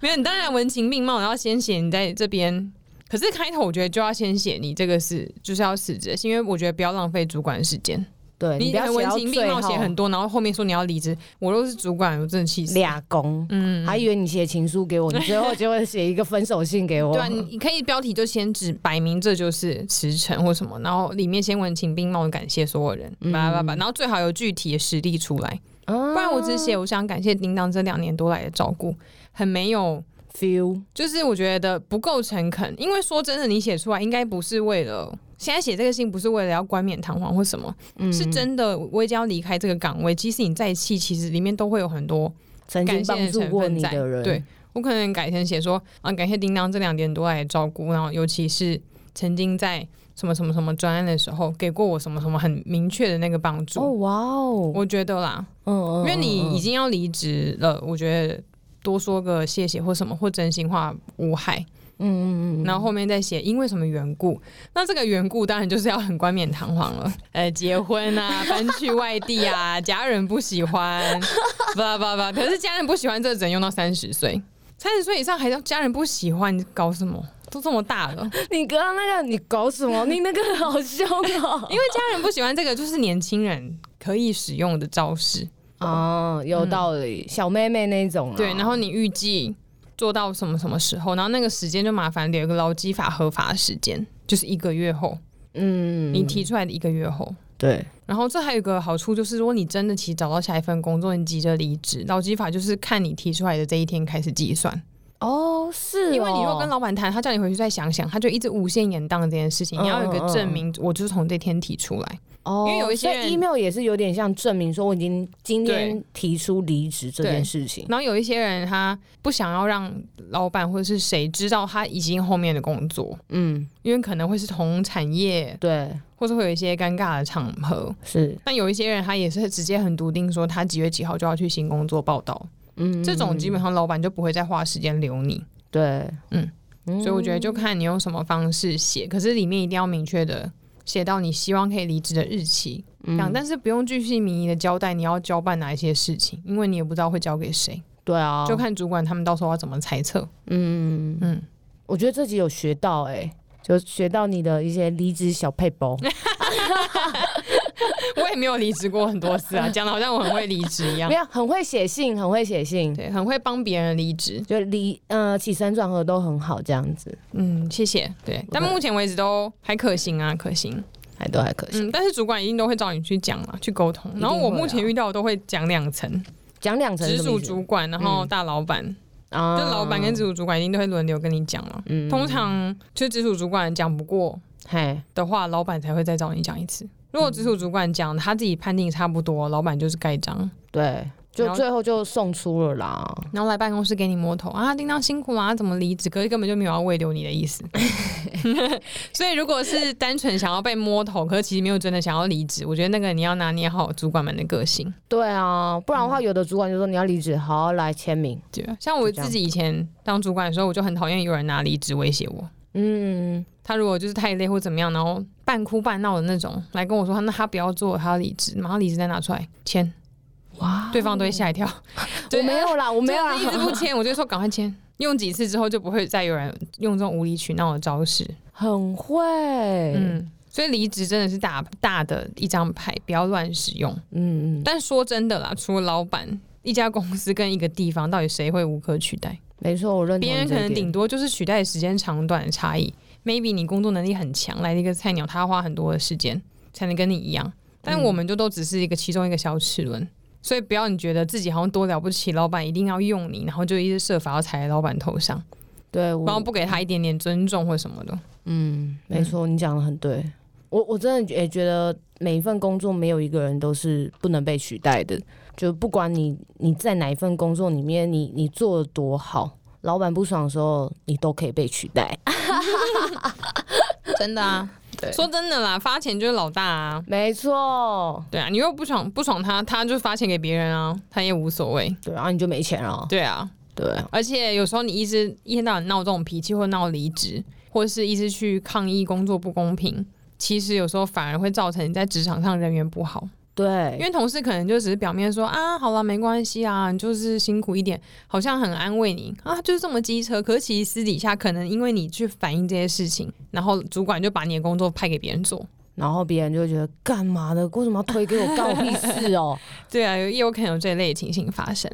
[SPEAKER 2] 没有你当然文情并茂，然后先写你在这边。可是开头我觉得就要先写你这个是就是要辞职，是因为我觉得不要浪费主管的时间。
[SPEAKER 1] 对
[SPEAKER 2] 你
[SPEAKER 1] 不要
[SPEAKER 2] 很
[SPEAKER 1] 写
[SPEAKER 2] 文
[SPEAKER 1] 到
[SPEAKER 2] 情并
[SPEAKER 1] 最
[SPEAKER 2] 茂写很
[SPEAKER 1] 后
[SPEAKER 2] 多，然后后面说你要离职，我都是主管，我真的气死。
[SPEAKER 1] 俩公，
[SPEAKER 2] 嗯，
[SPEAKER 1] 还以为你写情书给我，你最后就会写一个分手信给我
[SPEAKER 2] 对。啊，你你可以标题就先指摆明这就是辞呈或什么，然后里面先文情并茂地感谢所有人，叭
[SPEAKER 1] 嗯
[SPEAKER 2] 叭叭，然后最好有具体的实例出来，
[SPEAKER 1] 不
[SPEAKER 2] 不然我只写我想感谢叮当这两年多来的照顾，很没有
[SPEAKER 1] feel，
[SPEAKER 2] 就是我觉得不够诚恳，因为说真的，你写出来应该不是为了现在写这个信，不是为了要冠冕堂皇或什么，
[SPEAKER 1] 嗯，
[SPEAKER 2] 是真的，我已经要离开这个岗位，即使你再气，其实里面都会有很多
[SPEAKER 1] 曾经
[SPEAKER 2] 感谢
[SPEAKER 1] 帮
[SPEAKER 2] 的
[SPEAKER 1] 助
[SPEAKER 2] 成
[SPEAKER 1] 过
[SPEAKER 2] 分
[SPEAKER 1] 你
[SPEAKER 2] 在。
[SPEAKER 1] 的人，
[SPEAKER 2] 对，我可能改成写说啊，感谢叮当这两点多来照顾，然后尤其是曾经在什么什么什么专案的时候，给过我什么什么很明确的那个帮助。
[SPEAKER 1] 哦哇哦，
[SPEAKER 2] 我觉得啦，
[SPEAKER 1] 嗯嗯，
[SPEAKER 2] 因为你已
[SPEAKER 1] 经
[SPEAKER 2] 经要离职了，我觉得多说个谢谢或什么或真心话无害。
[SPEAKER 1] 嗯嗯嗯嗯，
[SPEAKER 2] 然后后面再写因为什么缘故，那这个缘故当然就是要很冠冕堂皇了， 呃，结婚啊，搬去外地啊，家人不喜欢， 不不不，可是家人不喜欢这只能用到三十岁，三十岁以上还叫家人不喜欢，你搞什么？都这么大 了，
[SPEAKER 1] 你刚刚那个你搞什么？你那个好凶哦！
[SPEAKER 2] 因为家人不喜欢这个就是年轻人可以使用的招式，
[SPEAKER 1] 哦，有道理，小妹妹那种啊。
[SPEAKER 2] 对，然后你预计做到什么什么时候，然后那个时间就麻烦留一个劳基法合法的时间，就是一个月后，
[SPEAKER 1] 嗯，
[SPEAKER 2] 你提出来的一个月后。
[SPEAKER 1] 对，
[SPEAKER 2] 然后这还有一个好处就是，如果你真的其实找到下一份工作，你急着离职，劳基法就是看你提出来的这一天开始计算。
[SPEAKER 1] 哦是哦，
[SPEAKER 2] 因为你如果跟老板谈，他叫你回去再想想，他就一直无限延宕这件事情。
[SPEAKER 1] 嗯
[SPEAKER 2] 你要有一个证明，我就是从这天提出来。
[SPEAKER 1] 哦，
[SPEAKER 2] 因为有一些
[SPEAKER 1] 所以
[SPEAKER 2] 人
[SPEAKER 1] email 也是有点像证明说我已经今天提出离职这件事情。
[SPEAKER 2] 然后有一些人他不想要让老板或者是谁知道他已经后面的工作，
[SPEAKER 1] 嗯，
[SPEAKER 2] 因为可能会是同产业，
[SPEAKER 1] 对，
[SPEAKER 2] 或是会有一些尴尬的场合。
[SPEAKER 1] 是，
[SPEAKER 2] 但有一些人他也是直接很笃定说他几月几号就要去新工作报道，
[SPEAKER 1] 嗯，
[SPEAKER 2] 这种基本上老板就不会再花时间留你。
[SPEAKER 1] 对，
[SPEAKER 2] 嗯
[SPEAKER 1] 嗯，
[SPEAKER 2] 所以我觉得就看你用什么方式写，可是里面一定要明确的写到你希望可以离职的日期，
[SPEAKER 1] 嗯
[SPEAKER 2] 这样，但是不用巨细靡遗的交代你要交办哪一些事情，因为你也不知道会交给谁，
[SPEAKER 1] 对啊，
[SPEAKER 2] 就看主管他们到时候要怎么猜测。
[SPEAKER 1] 嗯，
[SPEAKER 2] 嗯，
[SPEAKER 1] 我觉得自己有学到哎、就学到你的一些离职小配包。
[SPEAKER 2] 我也没有离职过很多次啊，讲的好像我很会离职一样
[SPEAKER 1] 没，有，很会写信，很会写信，
[SPEAKER 2] 对，很会帮别人离职。
[SPEAKER 1] 就离呃起承转合都很好，这样子
[SPEAKER 2] 嗯，谢谢。对，但目前为止都还可行啊，可行。
[SPEAKER 1] 还都还可以。
[SPEAKER 2] 嗯，但是主管一定都会找你去讲嘛，去沟通。
[SPEAKER 1] 定
[SPEAKER 2] 然后我
[SPEAKER 1] 会啊
[SPEAKER 2] 目前遇到的都会讲两层，
[SPEAKER 1] 讲两层是
[SPEAKER 2] 直
[SPEAKER 1] 什么
[SPEAKER 2] 属
[SPEAKER 1] 意思
[SPEAKER 2] 主管，然后
[SPEAKER 1] 嗯
[SPEAKER 2] 大老板。
[SPEAKER 1] 啊
[SPEAKER 2] 就老板跟直属主管一定都会轮流跟你讲了。
[SPEAKER 1] 嗯
[SPEAKER 2] 通常就直属主管讲不过
[SPEAKER 1] 嘿
[SPEAKER 2] 的话，老板才会再找你讲一次。如果直属主管讲他自己判定差不多，老板就是盖章，
[SPEAKER 1] 对，
[SPEAKER 2] 然
[SPEAKER 1] 就
[SPEAKER 2] 后
[SPEAKER 1] 最后就送出了啦。
[SPEAKER 2] 然后来办公室给你摸头啊，叮当辛苦啦，怎么离职？可是根本就没有要慰留你的 意思。 所以如果是单纯想要被摸头，可是其实没有真的想要离职，我觉得那个你要拿捏好主管们的个性。
[SPEAKER 1] 对啊，不然的
[SPEAKER 2] 嗯
[SPEAKER 1] 话，有的主管就说你要离职，好来签名。
[SPEAKER 2] 对啊，像我
[SPEAKER 1] 就这样
[SPEAKER 2] 自己以前当主管的时候，我就很讨厌有人拿离职威胁我。
[SPEAKER 1] 嗯，
[SPEAKER 2] 他如果就是太累或怎么样，然后半哭半闹的那种来跟我说，那他不要做，他要离职，马上离职再拿出来签，
[SPEAKER 1] 哇，
[SPEAKER 2] 对方都会吓一跳。
[SPEAKER 1] 哦我没有啦，我
[SPEAKER 2] 我
[SPEAKER 1] 没有啊
[SPEAKER 2] 一直
[SPEAKER 1] 啦，
[SPEAKER 2] 不签，我就说赶快签。用几次之后就不会再有人用这种无理取闹的招式。
[SPEAKER 1] 很会，嗯
[SPEAKER 2] 嗯，所以离职真的是大大的一张牌，不要乱使用。
[SPEAKER 1] 嗯，
[SPEAKER 2] 但说真的啦，除了老板。一家公司跟一个地方到底谁会无可取代？
[SPEAKER 1] 没错，我认同
[SPEAKER 2] 别人可
[SPEAKER 1] 这一
[SPEAKER 2] 能
[SPEAKER 1] 点
[SPEAKER 2] 顶多就是取代的时间长短的差异。Maybe 你工作能力很强，来了一个菜鸟，他要花很多的时间才能跟你一样。
[SPEAKER 1] 嗯
[SPEAKER 2] 但我们就都只是一个其中一个小齿轮，所以不要你觉得自己好像多了不起，老板一定要用你，然后就一直设法要踩在老板头上，
[SPEAKER 1] 对，
[SPEAKER 2] 然后
[SPEAKER 1] 我
[SPEAKER 2] 不给他一点点尊重或什么的。
[SPEAKER 1] 嗯，没错，你讲的很对。我我真的也觉得每一份工作没有一个人都是不能被取代的，就不管你你在哪一份工作里面，你你做的多好，老板不爽的时候，你都可以被取代。
[SPEAKER 2] 真的啊，
[SPEAKER 1] 对
[SPEAKER 2] 说真的啦，发钱就是老大啊。
[SPEAKER 1] 没错，
[SPEAKER 2] 对啊，你又不爽不爽他，他就发钱给别人啊，他也无所谓。
[SPEAKER 1] 对，啊然后你就没钱了。
[SPEAKER 2] 对啊，
[SPEAKER 1] 对，
[SPEAKER 2] 而且有时候你一直一天到晚闹这种脾气，或闹离职，或是一直去抗议工作不公平，其实有时候反而会造成你在职场上人缘不好。因
[SPEAKER 1] 对，
[SPEAKER 2] 为同事可能就只是表面说啊，好了，没关系啊，你就是辛苦一点，好像很安慰你啊，就是这么机车。可是其实私底下可能因为你去反映这些事情，然后主管就把你的工作派给别人做。
[SPEAKER 1] 然后别人就会觉得干嘛的，为什么要推给我，干我屁事哦。
[SPEAKER 2] 对啊，有也有可能有这类的情形发生。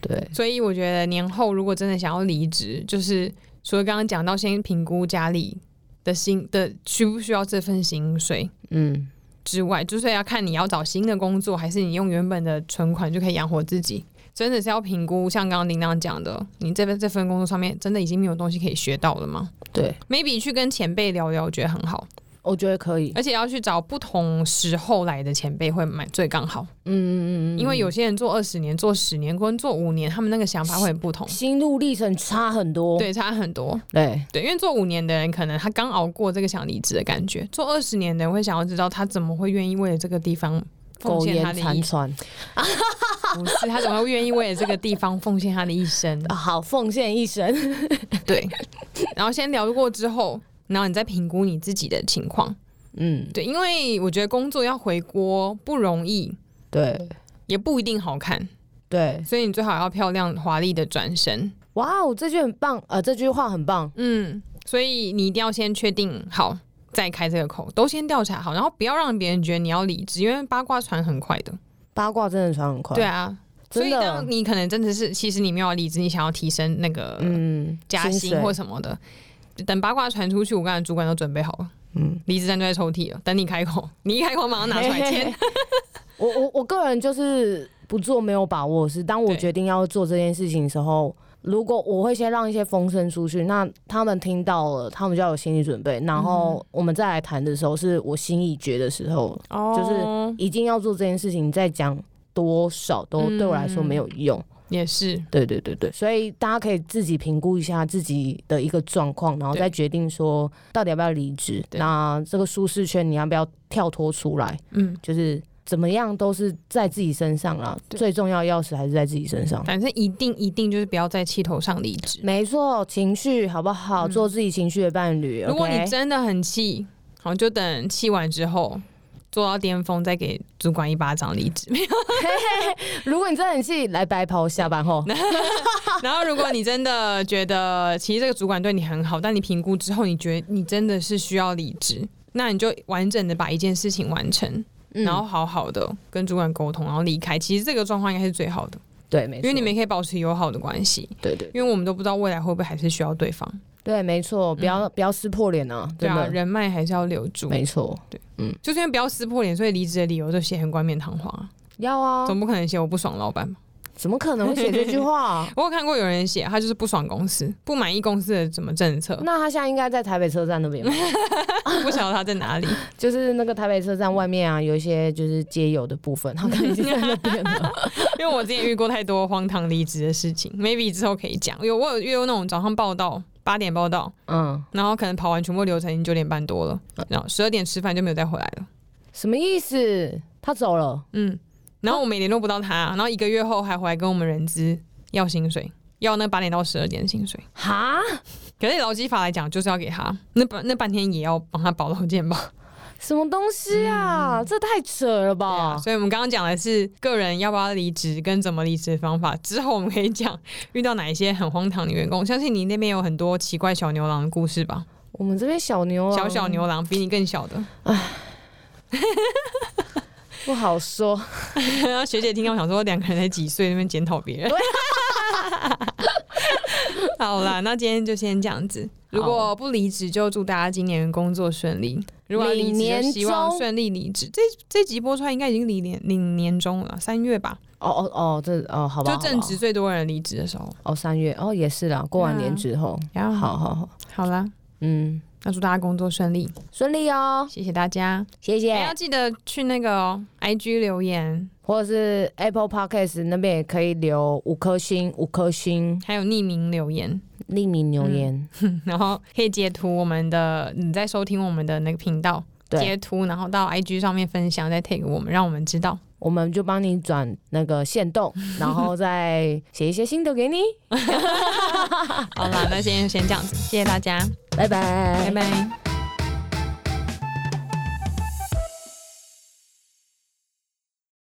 [SPEAKER 1] 对，
[SPEAKER 2] 所以我觉得年后如果真的想要离职，就是除了刚刚讲到，先评估家里的薪的需不需要这份薪水
[SPEAKER 1] 嗯，
[SPEAKER 2] 之外，就是要看你要找新的工作，还是你用原本的存款就可以养活自己。真的是要评估，像刚刚叮当讲的，你这边这份工作上面真的已经没有东西可以学到了吗
[SPEAKER 1] 对，
[SPEAKER 2] ？maybe 去跟前辈聊聊，我觉得很好，
[SPEAKER 1] 我觉得可以。
[SPEAKER 2] 而且要去找不同时候来的前辈会蛮最刚好，
[SPEAKER 1] 嗯嗯嗯嗯，
[SPEAKER 2] 因为有些人做二十年、做十年跟做五年，他们那个想法会很不同，
[SPEAKER 1] 心路历程差很多。
[SPEAKER 2] 对，差很多。
[SPEAKER 1] 对
[SPEAKER 2] 对，因为做五年的人，可能他刚熬过这个想离职的感觉；做二十年的人会想要知道他怎么会愿意为了这个地方奉
[SPEAKER 1] 苟
[SPEAKER 2] 献他
[SPEAKER 1] 延
[SPEAKER 2] 的
[SPEAKER 1] 残
[SPEAKER 2] 一，
[SPEAKER 1] 喘
[SPEAKER 2] 不是他怎么会愿意为了这个地方奉献他的 一生？
[SPEAKER 1] 啊，好奉献一 生。
[SPEAKER 2] 对，然后先聊过之后，然后你再评估你自己的情况。
[SPEAKER 1] 嗯，
[SPEAKER 2] 对，因为我觉得工作要回锅不容易，嗯
[SPEAKER 1] 对
[SPEAKER 2] 也不一定好看，
[SPEAKER 1] 对，
[SPEAKER 2] 所以你最好要漂亮华丽的转身。
[SPEAKER 1] 哇哦，这句很棒，呃，这句话很棒。
[SPEAKER 2] 嗯，所以你一定要先确定好。再开这个口，都先调查好，然后不要让别人觉得你要离职，因为八卦传很快的。
[SPEAKER 1] 八卦真的传很快，
[SPEAKER 2] 对，啊，所
[SPEAKER 1] 真
[SPEAKER 2] 以
[SPEAKER 1] 的
[SPEAKER 2] 当，你可能真的是，其实你没有要离职，你想要提升那个
[SPEAKER 1] 嗯，
[SPEAKER 2] 加
[SPEAKER 1] 薪水
[SPEAKER 2] 薪或什么的，等八卦传出去，我刚才主管都准备好了，
[SPEAKER 1] 嗯，
[SPEAKER 2] 离职单就在抽屉了，等你开口，你一开口马上拿出来 签。
[SPEAKER 1] 我我我个人就是不做没有把握的事，当我
[SPEAKER 2] 对
[SPEAKER 1] 决定要做这件事情的时候，如果我会先让一些风声出去，那他们听到了，他们就要有心理准备，然后
[SPEAKER 2] 嗯
[SPEAKER 1] 我们再来谈的时候，是我心已决的时候，
[SPEAKER 2] 哦，
[SPEAKER 1] 已经要做这件事情，再讲多少都
[SPEAKER 2] 嗯
[SPEAKER 1] 对我来说没有用。
[SPEAKER 2] 也是，
[SPEAKER 1] 对对对对，所以大家可以自己评估一下自己的一个状况，然后
[SPEAKER 2] 对
[SPEAKER 1] 再决定说到底要不要离职。
[SPEAKER 2] 对
[SPEAKER 1] 那这个舒适圈你要不要跳脱出来？
[SPEAKER 2] 嗯，
[SPEAKER 1] 就是怎么样都是在自己身上啦，
[SPEAKER 2] 对
[SPEAKER 1] 最重要的钥匙还是在自己身上。
[SPEAKER 2] 反正一定一定就是不要在气头上离职。
[SPEAKER 1] 没错，情绪好不好？
[SPEAKER 2] 嗯
[SPEAKER 1] 做自己情绪的伴侣。
[SPEAKER 2] 如果
[SPEAKER 1] OK？
[SPEAKER 2] 你真的很气，好，就等气完之后。做到巅峰，再给主管一巴掌离 职。
[SPEAKER 1] 如果你真的很气，来白袍下班后，
[SPEAKER 2] 然后，如果你真的觉得其实这个主管对你很好，但你评估之后，你觉得你真的是需要离职，那你就完整的把一件事情完成，
[SPEAKER 1] 嗯
[SPEAKER 2] 然后好好的跟主管沟通，然后离开。其实这个状况应该是最好的，
[SPEAKER 1] 对，没
[SPEAKER 2] 因
[SPEAKER 1] 错，
[SPEAKER 2] 为你们也可以保持友好的关系，
[SPEAKER 1] 对对
[SPEAKER 2] 因为我们都不知道未来会不会还是需要对方。
[SPEAKER 1] 对，没错，不要不要撕破脸啊，
[SPEAKER 2] 嗯对
[SPEAKER 1] 真
[SPEAKER 2] 啊，
[SPEAKER 1] 的，
[SPEAKER 2] 人脉还是要留住，
[SPEAKER 1] 没错，
[SPEAKER 2] 就是因为不要撕破脸，所以离职的理由就写很冠冕堂皇啊，
[SPEAKER 1] 要啊，
[SPEAKER 2] 总不可能写我不爽老板吧？
[SPEAKER 1] 怎么可能会写这句话、啊
[SPEAKER 2] 我有看过有人写，他就是不爽公司，不满意公司的什么 政策，
[SPEAKER 1] 那他现在应该在台北车站那边吧，
[SPEAKER 2] 不晓得他在哪里。
[SPEAKER 1] 就是那个台北车站外面啊，有一些就是街友的部分，他可能 已经在那边了。
[SPEAKER 2] 因为我之前遇过太多荒唐离职的事情，maybe 之后可以讲。有我有遇过那种早上报道八点报道，
[SPEAKER 1] 嗯，
[SPEAKER 2] 然后可能跑完全部流程已经九点半多了，然后十二点吃饭就没有再回来了。
[SPEAKER 1] 什么意思？他走了？
[SPEAKER 2] 嗯，然后我们也联络不到他，然后一个月后还回来跟我们人资要薪水，要那八点到十二点的薪水。
[SPEAKER 1] 哈？
[SPEAKER 2] 可是劳基法来讲，就是要给他那半那半天也要帮他保劳健保。
[SPEAKER 1] 什么东西啊？
[SPEAKER 2] 嗯
[SPEAKER 1] 这太扯了吧！
[SPEAKER 2] 所以我们刚刚讲的是个人要不要离职跟怎么离职的方法，之后我们可以讲遇到哪一些很荒唐的员工。相信你那边有很多奇怪小牛郎的故事吧？
[SPEAKER 1] 我们这边小牛啊
[SPEAKER 2] 小小牛郎比你更小的，
[SPEAKER 1] 不好说，
[SPEAKER 2] 然后学姐听到我想说两个人才几岁，那边检讨别人。好啦，那今天就先这样子。如果不离职，就祝大家今年工作顺利；如果要离
[SPEAKER 1] 领
[SPEAKER 2] 职，
[SPEAKER 1] 年
[SPEAKER 2] 就希望
[SPEAKER 1] 终
[SPEAKER 2] 顺利离职。这这集播出来应该已经离年领年终了，三月吧，
[SPEAKER 1] 哦哦哦，这哦好吧，
[SPEAKER 2] 就正
[SPEAKER 1] 好吧
[SPEAKER 2] 值最多人离职的啊时候。
[SPEAKER 1] 哦三月哦也是啦，过完年之后，
[SPEAKER 2] 然后
[SPEAKER 1] 好好好，
[SPEAKER 2] 好啦，
[SPEAKER 1] 嗯，
[SPEAKER 2] 那祝大家工作顺利，
[SPEAKER 1] 顺利哦，
[SPEAKER 2] 谢谢大家。
[SPEAKER 1] 谢谢。
[SPEAKER 2] 还要记得去那个哦、IG 留言，
[SPEAKER 1] 或者是 Apple Podcast 那边也可以留五颗星，五颗星，
[SPEAKER 2] 还有匿名留言，
[SPEAKER 1] 匿名留言，
[SPEAKER 2] 然后可以截图我们的你在收听我们的那个频道截
[SPEAKER 1] 对，
[SPEAKER 2] 图，然后到 IG 上面分享，再 take 我们，让我们知道。
[SPEAKER 1] 我们就帮你转那个线动，然后再写一些心得给你，
[SPEAKER 2] 好啦，那先先这样子，谢谢大家，
[SPEAKER 1] 拜拜，
[SPEAKER 2] 拜拜